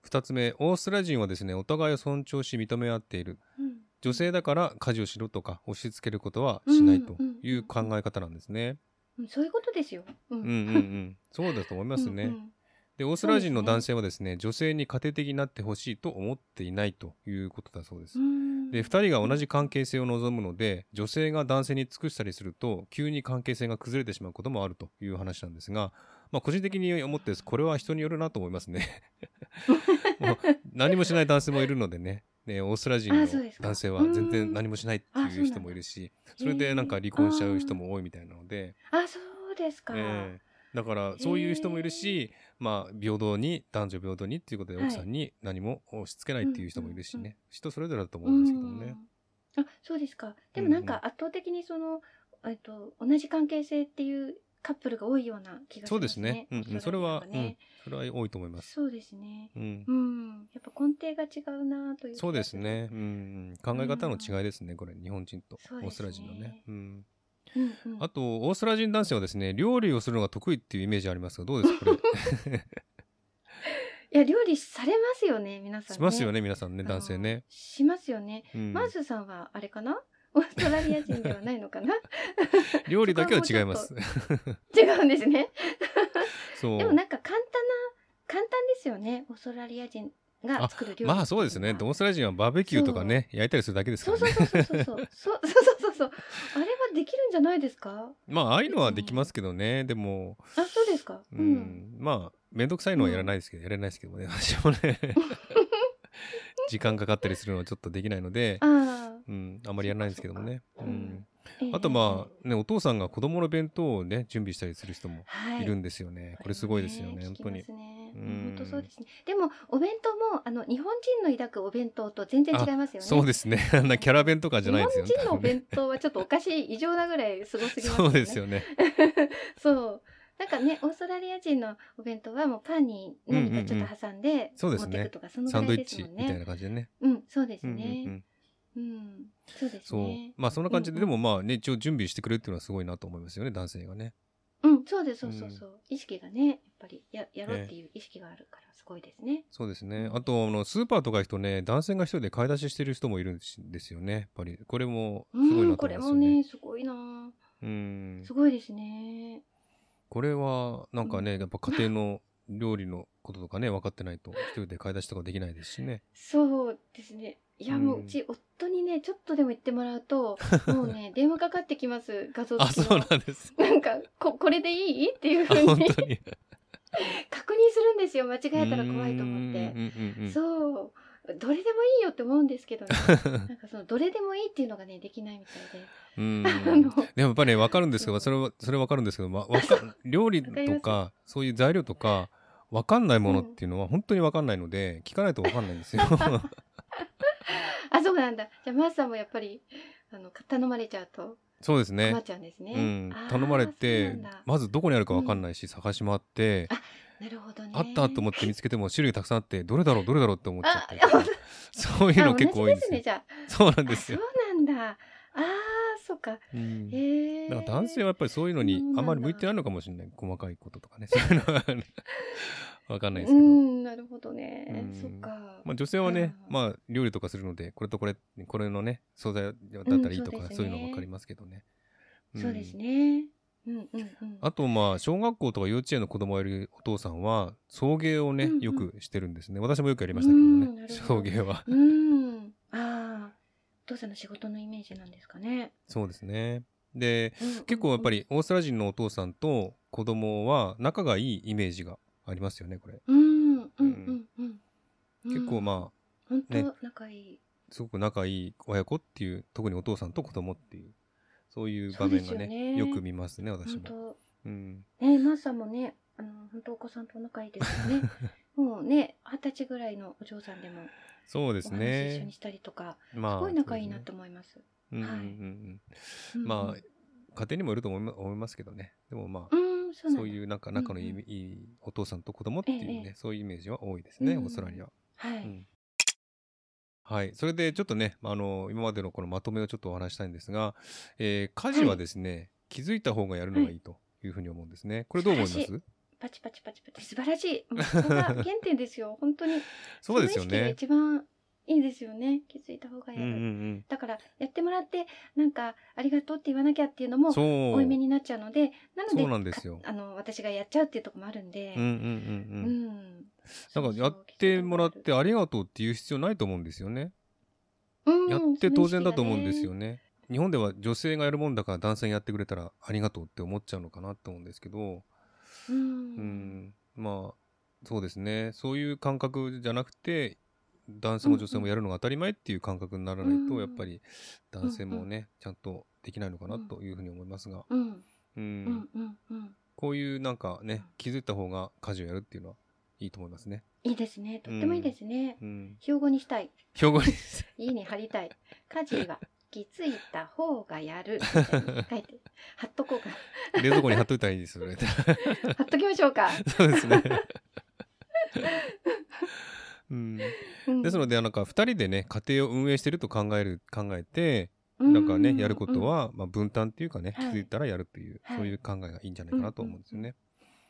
Speaker 1: 二つ目、オーストラリア人はですね、お互いを尊重し認め合っている。
Speaker 2: うん
Speaker 1: 女性だから家事をしろとか押し付けることはしないという考え方なんですね。
Speaker 2: ううんそういうことですよ。う
Speaker 1: うんうんう。ん、そうだと思いますね。
Speaker 2: うんうん
Speaker 1: でオーストラリア人の男性はですね女性に家庭的になってほしいと思っていないということだそうです。
Speaker 2: うん
Speaker 1: で2人が同じ関係性を望むので女性が男性に尽くしたりすると急に関係性が崩れてしまうこともあるという話なんですが、まあ、個人的に思ってですこれは人によるなと思います
Speaker 2: *laughs*
Speaker 1: ねもう何もしない男性もいるのでねねオーストラリア
Speaker 2: あ
Speaker 1: 人
Speaker 2: そう
Speaker 1: の
Speaker 2: ですか
Speaker 1: 男性は全然何もしないって
Speaker 2: うんあそう
Speaker 1: いうん人
Speaker 2: なだ
Speaker 1: もいるしそれでなんか離婚しちゃう人も多いみたいなので、
Speaker 2: あ、そうですか。
Speaker 1: ええだからそういう人もいるし、まあ、平等に男女平等にっていうことで
Speaker 2: はい
Speaker 1: 奥さんに何も押し付けないっていう人もいるし
Speaker 2: うんうん
Speaker 1: ね人それぞれだと思
Speaker 2: う
Speaker 1: うんですけどもね。
Speaker 2: ん。あ、そうですか。でもなんか圧倒的にその、えっと、同じ関係性っていうカップルが多いような気がしますね。
Speaker 1: そうですね。うんうん、それは、うん
Speaker 2: 世の中ね、
Speaker 1: それは多いと思います。
Speaker 2: そうですね。
Speaker 1: うん
Speaker 2: う、ん。やっぱ根底が違うなという。
Speaker 1: そうです。ね。うん、考え方の違いですね。これ、日本人と
Speaker 2: そうです
Speaker 1: オ
Speaker 2: ね
Speaker 1: ーストラリア人のね。うん。
Speaker 2: うんうん。
Speaker 1: あと、オーストラリア人男性はですね、料理をするのが得意っていうイメージありますが、どうですか。こ
Speaker 2: いや、料理されますよね、皆さ
Speaker 1: れ、
Speaker 2: ん、
Speaker 1: しますよね、皆さんね、男性ね。
Speaker 2: あの。しますよね。
Speaker 1: うん
Speaker 2: マーズさんはあれかな *laughs* オーストラリア人ではないのかな *laughs*
Speaker 1: 料理だけは違います。
Speaker 2: 違うんですね。
Speaker 1: *laughs* そう
Speaker 2: でも。なんか簡単な簡単ですよねオーストラリア人が作る料理
Speaker 1: まあ、そうですね。オーストラリア人はバーベキューとかね、焼いたりするだけですか
Speaker 2: そう
Speaker 1: ら
Speaker 2: そう
Speaker 1: ね。
Speaker 2: そうそうそうそうそうそうそうそうあれはできるんじゃないですか
Speaker 1: まあ、ああいうのはできますけどね。でも、
Speaker 2: あそうですかう、
Speaker 1: うんん、まあ、めんどくさいのはやらないですけど、やれないですけどね、 *laughs* 私もね。
Speaker 2: *laughs*
Speaker 1: 時間かかったりするのはちょっとできないので、
Speaker 2: あ
Speaker 1: うん、あんまりやらないんですけどもね。
Speaker 2: そううか
Speaker 1: ん、
Speaker 2: あ、ええ
Speaker 1: あとまあ、ね、お父さんが子供の弁当をね、準備したりする人も
Speaker 2: はい
Speaker 1: いるんですよね。これすごいですよね、本
Speaker 2: 聞き
Speaker 1: 当
Speaker 2: ま
Speaker 1: に。
Speaker 2: すね
Speaker 1: うん
Speaker 2: 本当そうですねでもお弁当もあの日本人の抱くお弁当と全然違いますよね
Speaker 1: そうです
Speaker 2: *laughs*
Speaker 1: ね。あんなキャラ弁とかじゃないですよね
Speaker 2: 日本人の
Speaker 1: 多
Speaker 2: お
Speaker 1: 分ね。
Speaker 2: 弁当はちょっとおかしい異常なぐらいすごすぎます
Speaker 1: *laughs* そうです
Speaker 2: よね
Speaker 1: よね。
Speaker 2: そう。なんかね、オーストラリア人のお弁当はもうパンに何かちょっと挟んで
Speaker 1: そ
Speaker 2: 持
Speaker 1: う
Speaker 2: っ
Speaker 1: ですね
Speaker 2: てくとか、そのぐ
Speaker 1: サンド
Speaker 2: ら
Speaker 1: イッ
Speaker 2: いです
Speaker 1: チ
Speaker 2: もん
Speaker 1: みたい
Speaker 2: ね。
Speaker 1: な感じでね。
Speaker 2: うん、そうです
Speaker 1: うんうんう
Speaker 2: ね。
Speaker 1: ん。
Speaker 2: うん、そうです
Speaker 1: そう
Speaker 2: ね。。
Speaker 1: まあそんな感じで、
Speaker 2: う
Speaker 1: で
Speaker 2: んう
Speaker 1: もまあね、一応準備してくれるっていうのはすごいなと思いますよね、男性がね。
Speaker 2: うん、そうです、そうそうそう。意識がね、やっぱりややろうっていう意識があるからすごいですね。
Speaker 1: そうですね。あと、あの、スーパーとか行くとね、男性が一人で買い出ししてる人もいるんですよね。やっぱり、これもす
Speaker 2: う
Speaker 1: ごい
Speaker 2: ん、
Speaker 1: なと
Speaker 2: こ
Speaker 1: 思い
Speaker 2: れ
Speaker 1: ますよ
Speaker 2: も
Speaker 1: ね。
Speaker 2: ね、すごいな。
Speaker 1: うん
Speaker 2: す。ごいですね。
Speaker 1: これはなんかね、やっぱ家庭の料理のこととかね分かってないと一人で買い出しとかできないですし
Speaker 2: *laughs*
Speaker 1: ね
Speaker 2: そうですね。いや、もう
Speaker 1: うん
Speaker 2: うち夫にね、ちょっとでも言ってもらう
Speaker 1: *laughs*
Speaker 2: と、もうね、電話かかってきます、画像
Speaker 1: あ
Speaker 2: 付き
Speaker 1: そう
Speaker 2: の。
Speaker 1: なんです
Speaker 2: なんか、こ、これでいいっていうふ
Speaker 1: あ
Speaker 2: う
Speaker 1: 本
Speaker 2: に。
Speaker 1: 当
Speaker 2: *laughs*
Speaker 1: に
Speaker 2: 確認するんですよ間違えたら怖いと思っ
Speaker 1: うんう
Speaker 2: て、
Speaker 1: んうんうん
Speaker 2: そうどれでもいいよって思うんですけどねなんかそのどれでもいいっていうのがねできないみたいで、
Speaker 1: *laughs* うん
Speaker 2: あ *laughs* の
Speaker 1: でもやっぱりね分かるんですけど
Speaker 2: そう
Speaker 1: それはそれ分かるんですけど、ま、わ
Speaker 2: *laughs*
Speaker 1: か料理
Speaker 2: わかり
Speaker 1: と
Speaker 2: ま
Speaker 1: かそういう材料とか分かんないものっていうのは本当に分かんないので聞かないと分かんないん
Speaker 2: *laughs*
Speaker 1: ですよ
Speaker 2: あそうなんだじゃあマースさんもやっぱりあの頼まれちゃうと
Speaker 1: そうです
Speaker 2: 困っ
Speaker 1: ね
Speaker 2: ちゃうんですね
Speaker 1: うん
Speaker 2: あー
Speaker 1: 頼まれ
Speaker 2: そ
Speaker 1: て
Speaker 2: うなんだ
Speaker 1: まずどこにあるか分かんないし探し回って
Speaker 2: なるほどね
Speaker 1: あったと思って見つけても種類たくさんあってどれだろうどれだろうって思っちゃっ
Speaker 2: あ
Speaker 1: た
Speaker 2: い
Speaker 1: り
Speaker 2: や
Speaker 1: と
Speaker 2: 本
Speaker 1: か
Speaker 2: 当だ
Speaker 1: そういうの結構多い
Speaker 2: あ同じ
Speaker 1: で
Speaker 2: ですすね
Speaker 1: よ
Speaker 2: じゃ
Speaker 1: そうなん
Speaker 2: あ
Speaker 1: で
Speaker 2: あ
Speaker 1: す
Speaker 2: そ
Speaker 1: よ
Speaker 2: うなんだあーそっか
Speaker 1: うん
Speaker 2: へえ
Speaker 1: だから男性はやっぱりそういうのに
Speaker 2: そうなんだ
Speaker 1: あんまり向いてないのかもしれない細かいこととかねそういうのは
Speaker 2: *laughs*
Speaker 1: ねわかんないです
Speaker 2: う
Speaker 1: けど、
Speaker 2: んなるほどね、
Speaker 1: うん
Speaker 2: そっか、
Speaker 1: まあ、女性はね、
Speaker 2: うん
Speaker 1: まあ料理とかするのでこれとこれこれのね素材だったらいいとか、
Speaker 2: うん
Speaker 1: そ
Speaker 2: そうですね
Speaker 1: ういうのわかりますけどね、ん
Speaker 2: そうですねうんうんうん
Speaker 1: あとまあ小学校とか幼稚園の子供がいるお父さんは送迎をね、
Speaker 2: うんうん
Speaker 1: よくしてるんですね私もよくやりましたけど
Speaker 2: うん
Speaker 1: ね
Speaker 2: なるほ
Speaker 1: 送
Speaker 2: ど
Speaker 1: 迎は
Speaker 2: うん。ああ。お父さんの仕事のイメージなんですかね。
Speaker 1: そうですねで
Speaker 2: うん
Speaker 1: 結構やっぱ
Speaker 2: り。
Speaker 1: りオーストラリア人のお父さんと子供は仲がいいイメージがありますよねこれ
Speaker 2: うんうんうんうん。
Speaker 1: 結構
Speaker 2: あ。
Speaker 1: まあ
Speaker 2: 本
Speaker 1: ね
Speaker 2: 当仲いい。
Speaker 1: すごく仲いい親子っていう特にお父さんと子供っていうそういう場面が
Speaker 2: そう
Speaker 1: ね
Speaker 2: で
Speaker 1: よ
Speaker 2: すよね
Speaker 1: く見ますね私
Speaker 2: 本
Speaker 1: も。
Speaker 2: 当。
Speaker 1: うん、
Speaker 2: ねマーさんもね、あの本当お子さんと仲いいですよね。
Speaker 1: *laughs*
Speaker 2: もうね、二十歳ぐらいのお嬢さんでも
Speaker 1: そうで
Speaker 2: お
Speaker 1: す
Speaker 2: 話一緒に
Speaker 1: ね。
Speaker 2: したりとか、
Speaker 1: ます
Speaker 2: ごい仲いいな
Speaker 1: そう
Speaker 2: と思います。
Speaker 1: ですねうんうんうんうんま
Speaker 2: あ。
Speaker 1: あ家庭にもよると思いま思いますけどねでもまあ、
Speaker 2: うん、そうなんだ。
Speaker 1: そういうなんか仲のいい,、
Speaker 2: うんうん
Speaker 1: いいお父さんと子供っていうね、
Speaker 2: ええ
Speaker 1: そういうイメージは多いですね、
Speaker 2: うん
Speaker 1: オーストラリアは。
Speaker 2: は
Speaker 1: う
Speaker 2: い。
Speaker 1: んはい。それで、ちょっとね、あの、今までのこのまとめをちょっとお話ししたいんですが、えー家事はですね、気づいた方がやるのがいいというふうに思うんですね。これどう思いま
Speaker 2: 素晴らし
Speaker 1: す
Speaker 2: パ
Speaker 1: *laughs*
Speaker 2: チパチパチパチ素晴らしい。もうそこが原点ですよ。本当に。
Speaker 1: そうですよね。
Speaker 2: その意識が一番いいですよね。気づいた方が
Speaker 1: う
Speaker 2: や
Speaker 1: ん
Speaker 2: る。
Speaker 1: うん
Speaker 2: だから、やってもらって、なんか、ありがとうって言わなきゃっていうの
Speaker 1: うん。
Speaker 2: も、
Speaker 1: そう。
Speaker 2: 多いめになっちゃうので、なので、
Speaker 1: そうなんですよ
Speaker 2: かあの、私がやっちゃうっていうところもあるんで、
Speaker 1: うんうんう
Speaker 2: うん
Speaker 1: うん。
Speaker 2: ん。
Speaker 1: なんかやってもらってありがとうっていう必要ないと思うんですよね。
Speaker 2: うん、
Speaker 1: やって当然だと思うんですよ
Speaker 2: ね。
Speaker 1: ね。日本では女性がやるもんだから男性がやってくれたらありがとうって思っちゃうのかなと思うんですけど、
Speaker 2: う。
Speaker 1: うんん、まあそうですね。そういう感覚じゃなくて、男性も女性もやるのが当たり前っていう感覚にならないと、
Speaker 2: うん
Speaker 1: やっぱり男性もね、ちゃんとできないのかなというふうに思いますが、
Speaker 2: うん。
Speaker 1: う
Speaker 2: うんん。、うん、うん。
Speaker 1: こういうなんかね、気づいた方が家事をやるっていうのはいいと思いますね。
Speaker 2: いいですね。とってもいいですね。
Speaker 1: うん。
Speaker 2: 標語にしたい。
Speaker 1: 標語に *laughs*
Speaker 2: いいね、貼りたい。家事は気づいた方がや
Speaker 1: *laughs*
Speaker 2: る。みたいに書いて、貼っとこうか。
Speaker 1: 冷蔵庫に貼っといたらいいですよね。
Speaker 2: *laughs* 貼っときましょうか。
Speaker 1: そうです
Speaker 2: *laughs*
Speaker 1: ね。うん、
Speaker 2: うん
Speaker 1: ですのでなんか2人でね家庭を運営してると考える考えてなんかねやること、は、まあ、分担っていうかね気
Speaker 2: はい
Speaker 1: づいたらやるという、
Speaker 2: はい
Speaker 1: そういう考えがいいんじゃないかなと思うんですよね。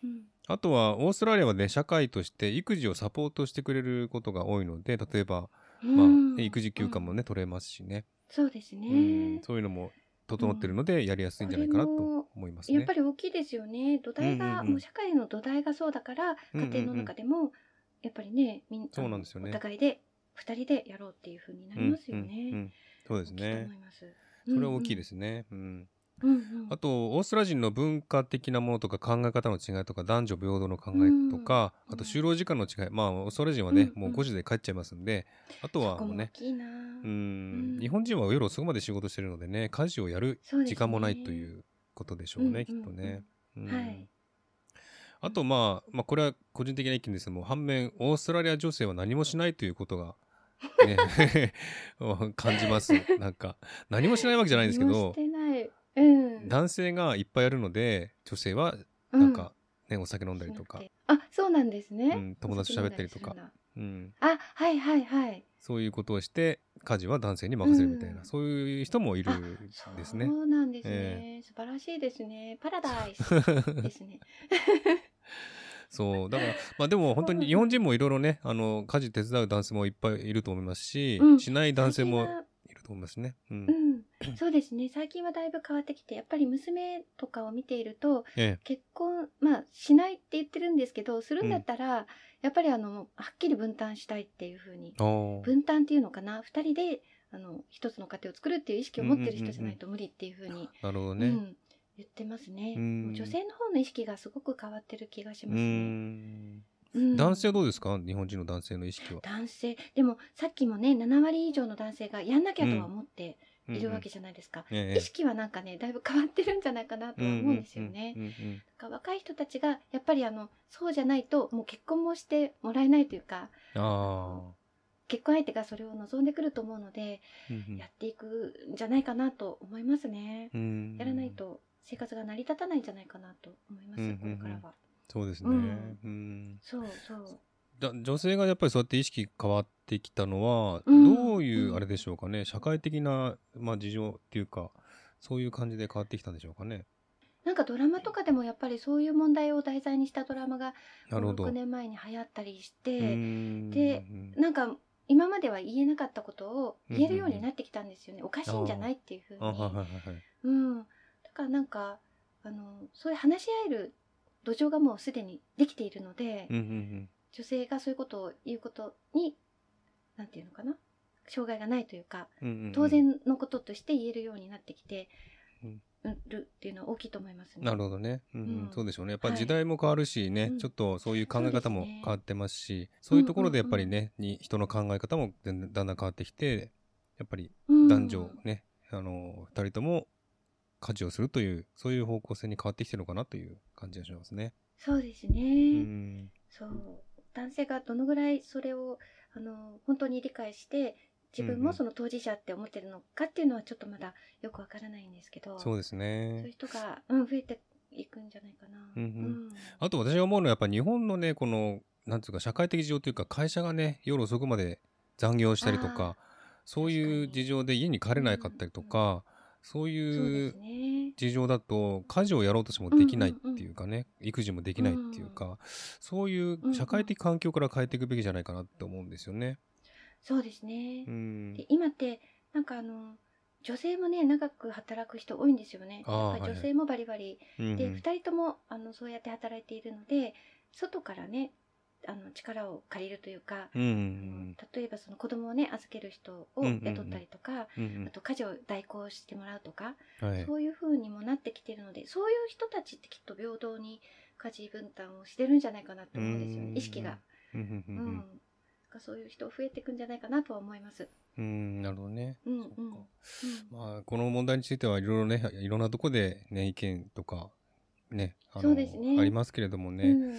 Speaker 2: うんうん
Speaker 1: あとはオーストラリアはね社会として育児をサポートしてくれることが多いので例えば、
Speaker 2: うん
Speaker 1: まあ
Speaker 2: うん
Speaker 1: ね育児休暇もね、取れますしね、
Speaker 2: そうです
Speaker 1: うん
Speaker 2: ね。
Speaker 1: そういうのも整ってるのでやりやすいんじゃないかなと
Speaker 2: これも
Speaker 1: 思いますね。
Speaker 2: やっぱり大きいですよね。土台
Speaker 1: うんうん
Speaker 2: が、
Speaker 1: うん
Speaker 2: もう社会の土台がそうだから、
Speaker 1: うんうんうん
Speaker 2: 家庭の中でも、やっぱりね、みん
Speaker 1: そうなんですよね
Speaker 2: お互いで、二人でやろうっていうふうになりますよ
Speaker 1: うんうんう
Speaker 2: ね。
Speaker 1: んそうです
Speaker 2: 大きいと
Speaker 1: ね
Speaker 2: 思。います。。
Speaker 1: それは大きいですすね。うん
Speaker 2: うんうん
Speaker 1: あと、オーストラリア人の文化的なものとか考え方の違いとか、男女平等の考えとか、
Speaker 2: うん
Speaker 1: あと就労時間の違い。まあ、オーストラリア人はね、
Speaker 2: うん
Speaker 1: もう5時で帰っちゃいますんで、あと
Speaker 2: そ
Speaker 1: は
Speaker 2: こ
Speaker 1: もう
Speaker 2: も大
Speaker 1: ね、
Speaker 2: きいな。
Speaker 1: うん、
Speaker 2: うん
Speaker 1: 日本人は夜遅くまで仕事してるのでね、家事をやる
Speaker 2: そうですね
Speaker 1: 時間もないということでしょうね、き
Speaker 2: うんうん
Speaker 1: っとね。うん
Speaker 2: はい
Speaker 1: あと、まあ、まあ、これは個人的な意見ですけども、反面、オーストラリア女性は何もしないということが、ね、 *laughs* 感じます。なんか、何もしないわけじゃないんですけ
Speaker 2: 何も
Speaker 1: ど
Speaker 2: し、てない。うん。
Speaker 1: 男性がいっぱいやるので女性は
Speaker 2: う
Speaker 1: なんか、ねお酒飲んだりとか
Speaker 2: し、なくてあ、そうなんですね。
Speaker 1: うん友達と喋ったりとか
Speaker 2: お酒飲んだ
Speaker 1: うん、
Speaker 2: りするんだ。あ、はいはいはい。
Speaker 1: そういうことをして家事は男性に任せるみたいな、
Speaker 2: うん
Speaker 1: そういう人もいるんですね
Speaker 2: そ。うなんですね、
Speaker 1: え
Speaker 2: 素晴らしいですね。パラダイスですね。
Speaker 1: そうだからまあでも本当に日本人もいろいろねあの家事手伝う男性もいっぱいいると思いますし、
Speaker 2: うん
Speaker 1: しない *laughs* 男性も
Speaker 2: 最近はい
Speaker 1: ると思いますね。うん
Speaker 2: うん、そうですね。最近はだいぶ変わってきて、やっぱり娘とかを見ていると、
Speaker 1: え
Speaker 2: 結婚、まあ、しないって言ってるんですけど、するんだったら、やっぱりあの、はっきり分担したいっていうふうに
Speaker 1: え、あー
Speaker 2: 分担っていうのかな、二人で、あの、一つの家庭を作るっていう意識を持ってる人じゃないと無理っていうふうに、
Speaker 1: なるほど
Speaker 2: う
Speaker 1: ね。
Speaker 2: ん、言ってますね。
Speaker 1: うん
Speaker 2: もう女性の方の意識がすごく変わってる気がし
Speaker 1: う
Speaker 2: ますね。
Speaker 1: ん
Speaker 2: うん
Speaker 1: 男性はどうですか日本人の男性の意識は。
Speaker 2: 男性でもさっきもね7割以上の男性がやんなきゃとは思っているわけ
Speaker 1: じ
Speaker 2: じゃないですか、
Speaker 1: ゃない
Speaker 2: 意識はなんかねだいぶ変わってるんじゃないかなとは思うんですよね、だから若い人たちがやっぱりあのそうじゃないともう結婚もしてもらえないというか
Speaker 1: ああ。
Speaker 2: 結婚相手がそれを望んでくると思うので、
Speaker 1: うんうん
Speaker 2: やっていくんじゃないかなと思いますね、
Speaker 1: うん
Speaker 2: やらないと生活が成り立たないんじゃないかなと思います、
Speaker 1: うんうんうん
Speaker 2: これからは
Speaker 1: そうですね、う
Speaker 2: うんんそうそう
Speaker 1: だ女性がやっぱりそうやって意識変わってきたのは、
Speaker 2: うん
Speaker 1: どういう
Speaker 2: うん
Speaker 1: あれでしょうかね、社会的な、まあ、事情っていうかそういう感じで変わってきたんでしょうかね
Speaker 2: なんかドラマとかでもやっぱりそういう問題を題材にしたドラマが
Speaker 1: なるほど
Speaker 2: 6年前に流行ったりし
Speaker 1: うー
Speaker 2: て、
Speaker 1: ん
Speaker 2: でなんか今までは言えなかったことを言えるようになってきたんですよね、おかしいんじゃないっていうふうに、
Speaker 1: あはいはいはいはい
Speaker 2: うん、だからなんかあのそういう話し合える土壌がもうすでにできているので、
Speaker 1: うんうん
Speaker 2: 女性がそういうことを言うことになんていうのかな障害がないというか
Speaker 1: うんうんうん
Speaker 2: 当然のこととして言えるようになってきて
Speaker 1: うん
Speaker 2: るっていうのは大きいと思いますね。
Speaker 1: なるほどね、うんうん
Speaker 2: うん
Speaker 1: そうでしょうねやっぱり
Speaker 2: はい
Speaker 1: 時代も変わるしね、
Speaker 2: うん
Speaker 1: ちょっとそういう考え方
Speaker 2: そう
Speaker 1: も
Speaker 2: ですね
Speaker 1: 変わってますしそういうところでやっぱりね、に人の考え方もだんだん変わってきてやっぱり
Speaker 2: うん
Speaker 1: 男女ね、あの2人とも家事をするというそういう方向性に変わってきてるのかなという感じがしますね。
Speaker 2: そうですね、
Speaker 1: うん
Speaker 2: そう男性がどのぐらいそれをあの本当に理解して自分
Speaker 1: うんう
Speaker 2: も
Speaker 1: ん
Speaker 2: その当事者って思ってるのかっていうのはちょっとまだよくわからないんですけど
Speaker 1: そうです
Speaker 2: そういう
Speaker 1: ね。
Speaker 2: 人が、うん、増えていくんじゃないかな。
Speaker 1: うんうん
Speaker 2: ん
Speaker 1: あと私が思うのはやっぱ日本のねこのなんていうか社会的事情というか会社がね夜遅くまで残業したりとかそういう事情で家に帰れなかったりとか、そう
Speaker 2: そう
Speaker 1: い
Speaker 2: で
Speaker 1: う
Speaker 2: すね。
Speaker 1: 事情だと家事をやろうとしてもできないっていうかね、育児もできないっていうか、そういう社会的環境から変えていくべきじゃないかなって思うんですよね。
Speaker 2: そうですね
Speaker 1: う。ん
Speaker 2: で今ってなんかあの女性もね長く働く人多いんですよね。
Speaker 1: あー
Speaker 2: や
Speaker 1: は
Speaker 2: っぱ
Speaker 1: いはい
Speaker 2: 女性もバリバリ、
Speaker 1: うん
Speaker 2: で2人ともあのそうやって働いているので外からねあの力を借りるというか、
Speaker 1: うんう
Speaker 2: あの
Speaker 1: ん
Speaker 2: 例えばその子供をね預ける人を
Speaker 1: うんうんうん
Speaker 2: 雇ったりとか、
Speaker 1: うんう
Speaker 2: あ
Speaker 1: ん
Speaker 2: と家事を代行してもらうとか、
Speaker 1: はい
Speaker 2: そういう風にもなってきてるのでそういう人たちってきっと平等に家事分担をしてるんじゃないかなと思うんですよ
Speaker 1: う
Speaker 2: ね
Speaker 1: ん
Speaker 2: 意識が。
Speaker 1: うんうんう
Speaker 2: うんん
Speaker 1: うん
Speaker 2: なんかそういう人増えていくんじゃないかなとは思います。
Speaker 1: うんなるほどね。
Speaker 2: うんうん
Speaker 1: そっか
Speaker 2: うん
Speaker 1: まあ、この問題についてはいろいろね、いろんなとこでね、意見とか、ね、あの
Speaker 2: そうですね
Speaker 1: ありますけれどもね、
Speaker 2: うん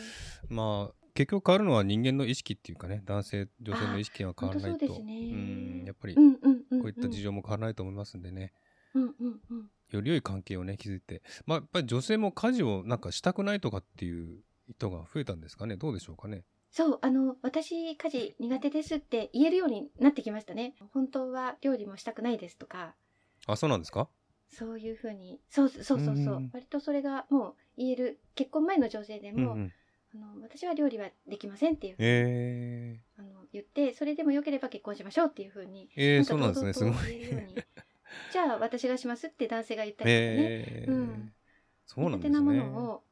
Speaker 1: まあ、結局変わるのは人間の意識っていうかね、男性、女性の意識が変わ
Speaker 2: 本当
Speaker 1: らな
Speaker 2: そう
Speaker 1: いと、
Speaker 2: ですね。
Speaker 1: うんやっぱり
Speaker 2: う
Speaker 1: こ
Speaker 2: んうんうんうん、
Speaker 1: ういった事情も変わらないと思いますんでね、
Speaker 2: うんうんうん。
Speaker 1: より良い関係をね、築いて、まあ、やっぱり女性も家事をなんかしたくないとかっていう人が増えたんですかね、どうでしょうかね。
Speaker 2: そう、あの、私、家事苦手ですって言えるようになってきましたね。本当は料理もしたくないですとか、
Speaker 1: あ、そうなんですか
Speaker 2: そういうふうに、そうそうそうそうそう
Speaker 1: うん
Speaker 2: 割とそれがもう言える、結婚前の女性で
Speaker 1: うん
Speaker 2: も、
Speaker 1: うん。
Speaker 2: あの私は料理はできませんっていう、
Speaker 1: えー
Speaker 2: あの言って、それでも良ければ結婚しましょうっていうふうに、
Speaker 1: えー
Speaker 2: か
Speaker 1: そうなんですね、す
Speaker 2: 堂
Speaker 1: ごい
Speaker 2: 々。と言えるように *laughs* じゃあ私がしますって男性が言ったりとかね。
Speaker 1: えー
Speaker 2: うん
Speaker 1: そうなん
Speaker 2: 苦
Speaker 1: で
Speaker 2: 手
Speaker 1: す
Speaker 2: なも
Speaker 1: ね。
Speaker 2: のを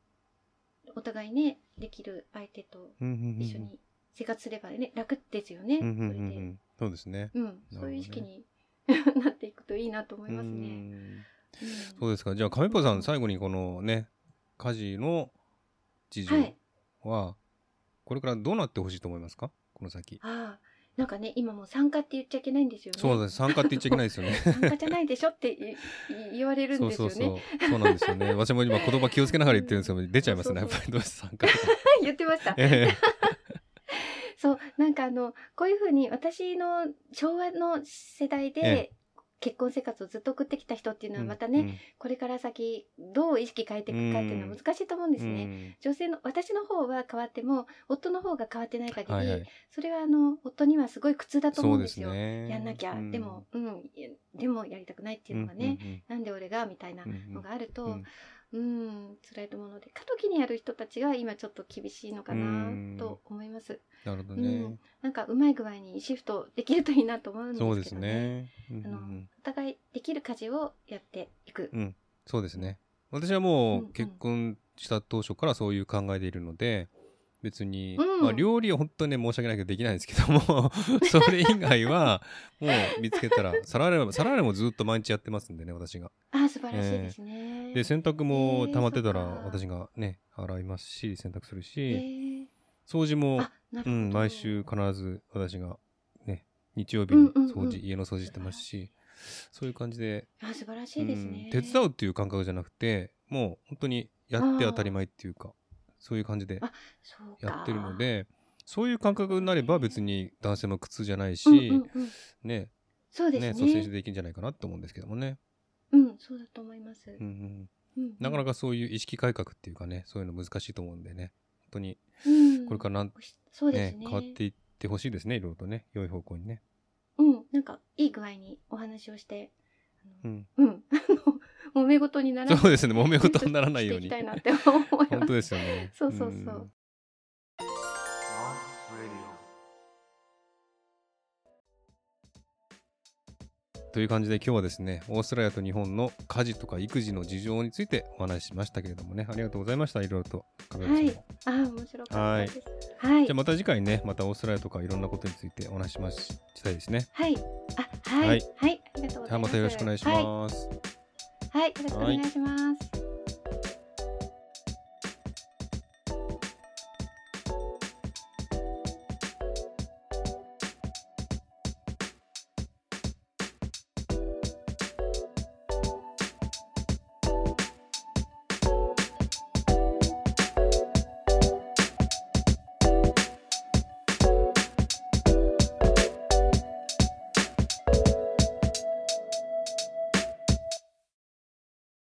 Speaker 2: お互いねできる相手と
Speaker 1: うんうんうんうん
Speaker 2: 一緒に生活すればね楽ですよね、
Speaker 1: うんうんうん
Speaker 2: それで、
Speaker 1: うんそうですね。
Speaker 2: うん、
Speaker 1: どね
Speaker 2: そういう意識に *laughs* なっていくといいなと思います
Speaker 1: う
Speaker 2: ね。
Speaker 1: ん
Speaker 2: う
Speaker 1: そ
Speaker 2: ん
Speaker 1: うですか。じゃあ、亀ぽさん、最後にこのね、家事の事情
Speaker 2: はい
Speaker 1: は、これからどうなってほしいと思いますかこの先。
Speaker 2: ああなんかね今もう参加って言っちゃいけないんですよね。
Speaker 1: そうです。参加って言っちゃいけないですよね。
Speaker 2: 参加じゃないでしょって *laughs* いい言われるん
Speaker 1: そう
Speaker 2: です
Speaker 1: そ
Speaker 2: よ
Speaker 1: う
Speaker 2: ね。
Speaker 1: そう。そうなんですよね。私も今言葉気をつけながら言ってるんですけど、出ちゃいますね。や
Speaker 2: そ
Speaker 1: っ
Speaker 2: う
Speaker 1: ぱ
Speaker 2: そう
Speaker 1: りどうして参加
Speaker 2: *laughs*
Speaker 1: とか。
Speaker 2: 言ってました。
Speaker 1: え
Speaker 2: そうなんかあのこういうふうに私の昭和の世代
Speaker 1: え
Speaker 2: で結婚生活をずっと送ってきた人っていう
Speaker 1: え
Speaker 2: のはまたね、。これから先どう意識変えていくかっていうのは難しいと思うんで
Speaker 1: う
Speaker 2: す
Speaker 1: ん
Speaker 2: ね。女性の私の方は変わっても夫の方が変わってない限り、
Speaker 1: うんはいはい。
Speaker 2: それはあの夫にはすごい苦痛だと
Speaker 1: そ
Speaker 2: 思う
Speaker 1: うんで
Speaker 2: ですすよ。
Speaker 1: ね。
Speaker 2: やんなきゃ、
Speaker 1: うん
Speaker 2: でも、うん、いやでもやりたくないっていうのがね、。なんで俺がみたいな
Speaker 1: うんうんうん
Speaker 2: のがあると、
Speaker 1: う
Speaker 2: うんん、辛いと思うので過渡期にやる人たちが今ちょっと厳しいのか
Speaker 1: うん
Speaker 2: なと思います。
Speaker 1: なるほど
Speaker 2: う
Speaker 1: ね
Speaker 2: ん。なんかうまい具合にシフトできるといいなと思うんですけ
Speaker 1: そ
Speaker 2: ど
Speaker 1: う
Speaker 2: ね。
Speaker 1: ですね。うんう
Speaker 2: あ
Speaker 1: んう
Speaker 2: の
Speaker 1: ん
Speaker 2: お互いできる家事をやっていく。
Speaker 1: そうですね。私はも
Speaker 2: うんう
Speaker 1: うん結婚した当初からそういう考えでいるので、別に、
Speaker 2: うん
Speaker 1: まあ料理は本当にね、申し訳ないけどできないんですけど
Speaker 2: *laughs*
Speaker 1: も、それ以外は、もう見つけたら、皿洗いも、皿洗いもずっと毎日やってますんでね、私が。
Speaker 2: ああ素晴らしいですね。
Speaker 1: で、洗濯も
Speaker 2: えー
Speaker 1: 溜まってたら、
Speaker 2: そっか
Speaker 1: 私がね、洗いますし、洗濯する
Speaker 2: え
Speaker 1: し、
Speaker 2: ー
Speaker 1: 掃除も、
Speaker 2: あ
Speaker 1: う
Speaker 2: なるほど
Speaker 1: ん、毎週必ず私が、ね、日曜日
Speaker 2: うん
Speaker 1: に
Speaker 2: うんうん
Speaker 1: 掃除、家の掃除してますし、そういう感じで、
Speaker 2: あ素晴らしいですね、
Speaker 1: うん手伝
Speaker 2: う
Speaker 1: うっていう感覚じゃなくてもう本当にやって当たり前っていうかそういう感じで
Speaker 2: あそうか
Speaker 1: やってるのでそういう感覚になれば別に男性も苦痛じゃないし、
Speaker 2: うんうんうん、
Speaker 1: ね
Speaker 2: そうです
Speaker 1: ね
Speaker 2: ね
Speaker 1: 率先してできるんじゃないかなと思うんですけどもね、
Speaker 2: うんそうだと思います、
Speaker 1: うんうん、
Speaker 2: うんうん、
Speaker 1: なかなかそういう意識改革っていうかねそういうの難しいと思うんでね本当に
Speaker 2: うん
Speaker 1: これからなん、
Speaker 2: おしそうです
Speaker 1: ね
Speaker 2: ね
Speaker 1: 変わっていってほしいですねいろいろとね良い方向にね。
Speaker 2: うんなんかいい具合にお話をしてあ
Speaker 1: う
Speaker 2: の
Speaker 1: ん、
Speaker 2: うん *laughs* あの揉め事にならない
Speaker 1: そうです
Speaker 2: *laughs*
Speaker 1: ね揉め事にならないよう
Speaker 2: していき
Speaker 1: に
Speaker 2: たいなって思い
Speaker 1: 本
Speaker 2: ます
Speaker 1: 当ですよね
Speaker 2: *laughs* そうそうそうん
Speaker 1: という感じで今日はですねオーストラリアと日本の家事とか育児の事情についてお話ししましたけれどもねありがとうございましたいろいろと亀山さんも
Speaker 2: ああ面白かったですはい
Speaker 1: じゃあまた次回ねまたオーストラリアとかいろんなことについてお話ししまししたいですね
Speaker 2: はいあはい
Speaker 1: は
Speaker 2: はいい、ありがとう
Speaker 1: じゃ
Speaker 2: ござ
Speaker 1: あ
Speaker 2: います
Speaker 1: またよろしくお願いし
Speaker 2: はい、
Speaker 1: ます、
Speaker 2: はい、よろしくお願いします